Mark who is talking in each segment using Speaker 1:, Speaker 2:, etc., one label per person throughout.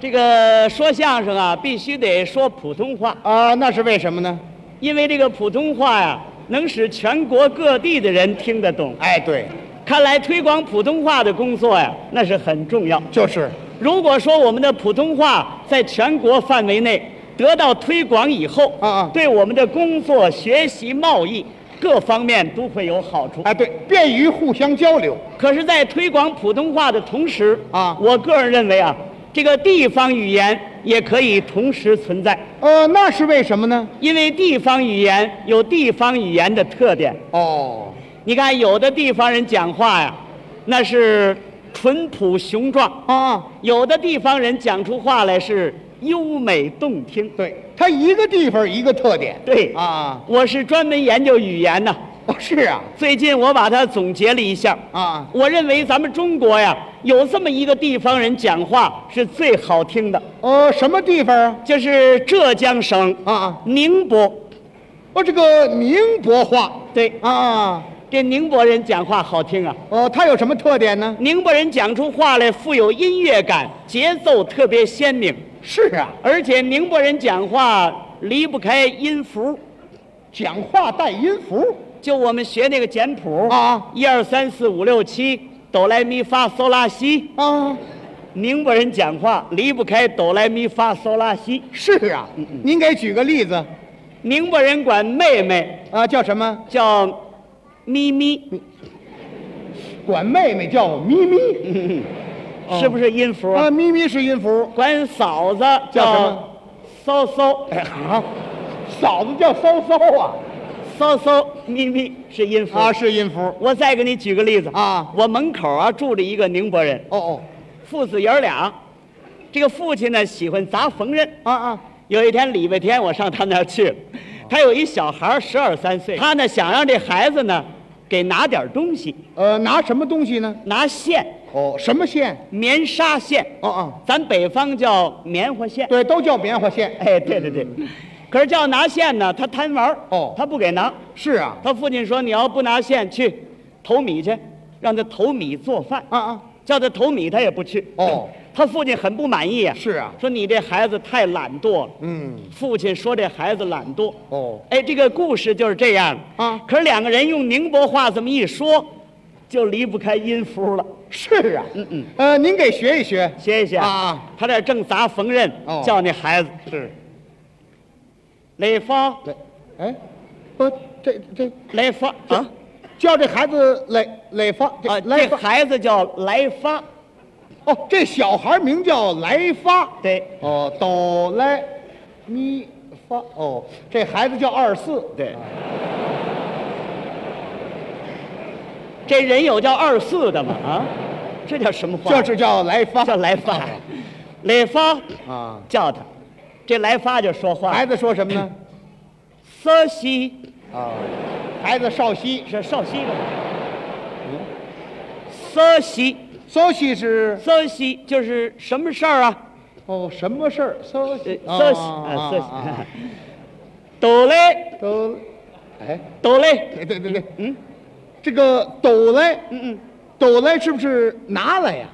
Speaker 1: 这个说相声啊，必须得说普通话，
Speaker 2: 啊，那是为什么呢？
Speaker 1: 因为这个普通话呀、能使全国各地的人听得懂。
Speaker 2: 哎，对，
Speaker 1: 看来推广普通话的工作呀、那是很重要。
Speaker 2: 就是
Speaker 1: 如果说我们的普通话在全国范围内得到推广以后，
Speaker 2: 啊啊
Speaker 1: 对我们的工作、学习、贸易各方面都会有好处。
Speaker 2: 哎，对，便于互相交流。
Speaker 1: 可是，在推广普通话的同时，
Speaker 2: 啊
Speaker 1: 我个人认为啊，这个地方语言也可以同时存在，
Speaker 2: 呃，那是为什么呢？
Speaker 1: 因为地方语言有地方语言的特点。
Speaker 2: 哦，
Speaker 1: 你看，有的地方人讲话呀，那是淳朴雄壮；
Speaker 2: 啊，
Speaker 1: 有的地方人讲出话来是优美动听。
Speaker 2: 对，它一个地方一个特点。
Speaker 1: 对
Speaker 2: 啊，
Speaker 1: 我是专门研究语言的，
Speaker 2: 哦，是啊，
Speaker 1: 最近我把它总结了一下。
Speaker 2: 啊，
Speaker 1: 我认为咱们中国呀，有这么一个地方人讲话是最好听的，
Speaker 2: 呃，什么地方啊？
Speaker 1: 就是浙江省
Speaker 2: 啊啊，
Speaker 1: 宁波。
Speaker 2: 哦，这个宁波话
Speaker 1: 对，
Speaker 2: 啊，
Speaker 1: 这宁波人讲话好听啊，
Speaker 2: 哦，它有什么特点呢？
Speaker 1: 宁波人讲出话来富有音乐感，节奏特别鲜明，
Speaker 2: 是啊，
Speaker 1: 而且宁波人讲话离不开音符。
Speaker 2: 讲话带音符
Speaker 1: 就我们学那个简谱，
Speaker 2: 啊
Speaker 1: 一二三四五六七，哆来咪发嗦拉西。
Speaker 2: 啊，
Speaker 1: 宁波人讲话离不开哆来咪发嗦拉西。
Speaker 2: 是啊。您给举个例子
Speaker 1: 宁波人管妹妹
Speaker 2: 啊，叫什么？
Speaker 1: 叫咪咪，
Speaker 2: 管妹妹叫我咪咪
Speaker 1: 是不是音符？
Speaker 2: 啊，咪咪是音符。
Speaker 1: 管嫂子
Speaker 2: 叫什么
Speaker 1: 骚骚
Speaker 2: 哎啊，嫂子叫骚骚啊
Speaker 1: 骚骚咪咪是音符。
Speaker 2: 啊，是音符。
Speaker 1: 我再给你举个例子
Speaker 2: 啊
Speaker 1: 我门口啊住着一个宁波人，
Speaker 2: 哦哦，
Speaker 1: 父子爷儿俩。这个父亲呢喜欢砸缝纫，
Speaker 2: 啊啊，
Speaker 1: 有一天礼拜天，我上他那儿去了，他有一小孩十二三岁，他呢想让这孩子呢给拿点东西，
Speaker 2: 呃，拿什么东西呢？
Speaker 1: 拿线，
Speaker 2: 哦，什么线？
Speaker 1: 棉纱线，
Speaker 2: 哦哦，
Speaker 1: 咱北方叫棉花线。
Speaker 2: 对，都叫棉花线。
Speaker 1: 哎，对对对，可是叫拿线呢，他贪玩儿
Speaker 2: 哦
Speaker 1: 他不给拿。
Speaker 2: 是啊，
Speaker 1: 他父亲说：“你要不拿线去投米去，让他投米做饭。
Speaker 2: 啊啊，
Speaker 1: 叫他投米，他也不去。
Speaker 2: 哦，
Speaker 1: 他父亲很不满意啊，
Speaker 2: 是啊
Speaker 1: 说你这孩子太懒惰了。
Speaker 2: 嗯，
Speaker 1: 父亲说这孩子懒惰。
Speaker 2: 哦，
Speaker 1: 哎，这个故事就是这样
Speaker 2: 啊
Speaker 1: 可是两个人用宁波话这么一说，就离不开音符了。
Speaker 2: 是啊，嗯嗯，呃，您给学一学。
Speaker 1: 谢谢
Speaker 2: 啊，
Speaker 1: 他这正砸缝纫，
Speaker 2: 哦
Speaker 1: 叫那孩子
Speaker 2: 是，
Speaker 1: 来发
Speaker 2: 来，哎，不，这这
Speaker 1: 来发啊
Speaker 2: 叫这孩子来来发
Speaker 1: 啊！
Speaker 2: 来
Speaker 1: 这
Speaker 2: 发。
Speaker 1: 孩子叫来发，
Speaker 2: 哦，这小孩名叫来发。
Speaker 1: 对。
Speaker 2: 哦，哆来咪发哦，这孩子叫二四，
Speaker 1: 对。这人有叫二四的吗？啊，这叫什么话？
Speaker 2: 这是叫来发，
Speaker 1: 叫来发，来发
Speaker 2: 啊。
Speaker 1: 叫他，这来发就说话。
Speaker 2: 孩子说什么 呢？
Speaker 1: 瑟西
Speaker 2: 啊，孩子少西，
Speaker 1: 是少西吧？嗯瑟西
Speaker 2: 少西是
Speaker 1: 瑟西就是什么事儿啊？
Speaker 2: 哦什么事儿？哦少
Speaker 1: 呃
Speaker 2: 西，
Speaker 1: 瑟西啊瑟
Speaker 2: 哦
Speaker 1: 西， 抖嘞
Speaker 2: 哆，哎，
Speaker 1: 抖嘞，
Speaker 2: 对对对对，
Speaker 1: 嗯
Speaker 2: 这个哆来，
Speaker 1: 嗯嗯
Speaker 2: 哆来是不是拿来呀？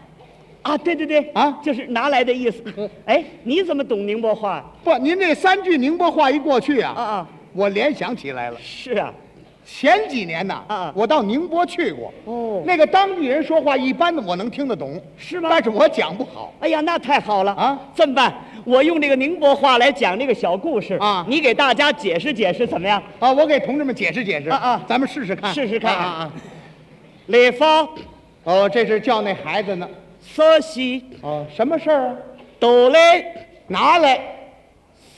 Speaker 1: 啊，对对对
Speaker 2: 啊嗯
Speaker 1: 就是拿来的意思。哎，你怎么懂宁波话呀？
Speaker 2: 不，您这三句宁波话一过去
Speaker 1: 啊
Speaker 2: 啊，
Speaker 1: 啊，
Speaker 2: 我联想起来了。
Speaker 1: 是啊。
Speaker 2: 前几年呐，
Speaker 1: 啊
Speaker 2: 我到宁波去过，
Speaker 1: 哦
Speaker 2: 那个当地人说话一般的我能听得懂，
Speaker 1: 是吗
Speaker 2: 但是我讲不好。
Speaker 1: 哎呀，那太好了
Speaker 2: 啊！
Speaker 1: 这么办？我用这个宁波话来讲这个小故事
Speaker 2: 啊
Speaker 1: 你给大家解释解释怎么样？
Speaker 2: 啊，我给同志们解释解释
Speaker 1: 啊啊
Speaker 2: 咱们试试看，
Speaker 1: 试试看
Speaker 2: 啊啊啊！
Speaker 1: 来发
Speaker 2: 哦，这是叫那孩子呢。
Speaker 1: 瑟西
Speaker 2: 哦，什么事儿啊？
Speaker 1: 哆来
Speaker 2: 拿来，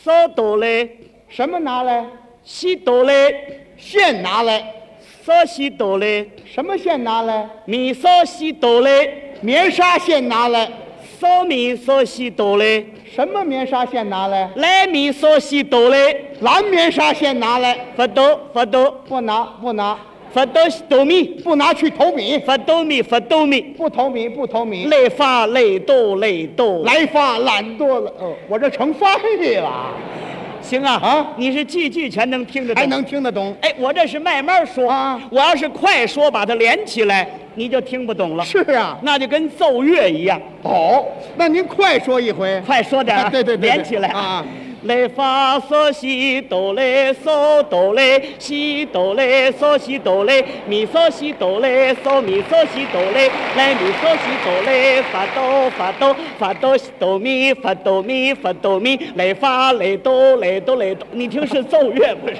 Speaker 1: 嗦哆来
Speaker 2: 什么拿来？
Speaker 1: 西哆来
Speaker 2: 线拿来，
Speaker 1: 嗦西哆来
Speaker 2: 什么线拿来？
Speaker 1: 米嗦西哆来
Speaker 2: 棉纱线拿来，
Speaker 1: 嗦米嗦西哆来
Speaker 2: 什么棉纱线拿来？
Speaker 1: 来米嗦西哆来
Speaker 2: 蓝棉纱线拿来，
Speaker 1: 发哆发哆
Speaker 2: 不拿不拿
Speaker 1: 发哆西哆咪
Speaker 2: 不拿去投米，
Speaker 1: 发哆咪发哆咪
Speaker 2: 不投米不投米，
Speaker 1: 来发来哆来哆
Speaker 2: 来发懒惰了，哦，我这成发废了啊，
Speaker 1: 行啊
Speaker 2: 啊
Speaker 1: 你是句句全能听得懂
Speaker 2: 还能听得懂？
Speaker 1: 哎，我这是慢慢说，
Speaker 2: 啊
Speaker 1: 我要是快说，把它连起来，你就听不懂了，
Speaker 2: 是啊，
Speaker 1: 那就跟奏乐一样。
Speaker 2: 哦，那您快说一回，
Speaker 1: 快说点儿、
Speaker 2: 啊对对对对
Speaker 1: 连起来
Speaker 2: 啊！
Speaker 1: 来发嗦西哆来嗦哆来西哆来嗦西哆来咪嗦西哆来嗦咪嗦西哆来来咪嗦西哆来发哆发哆发哆西哆咪发哆咪发哆咪来发来哆来哆来哆，你听是奏乐不是？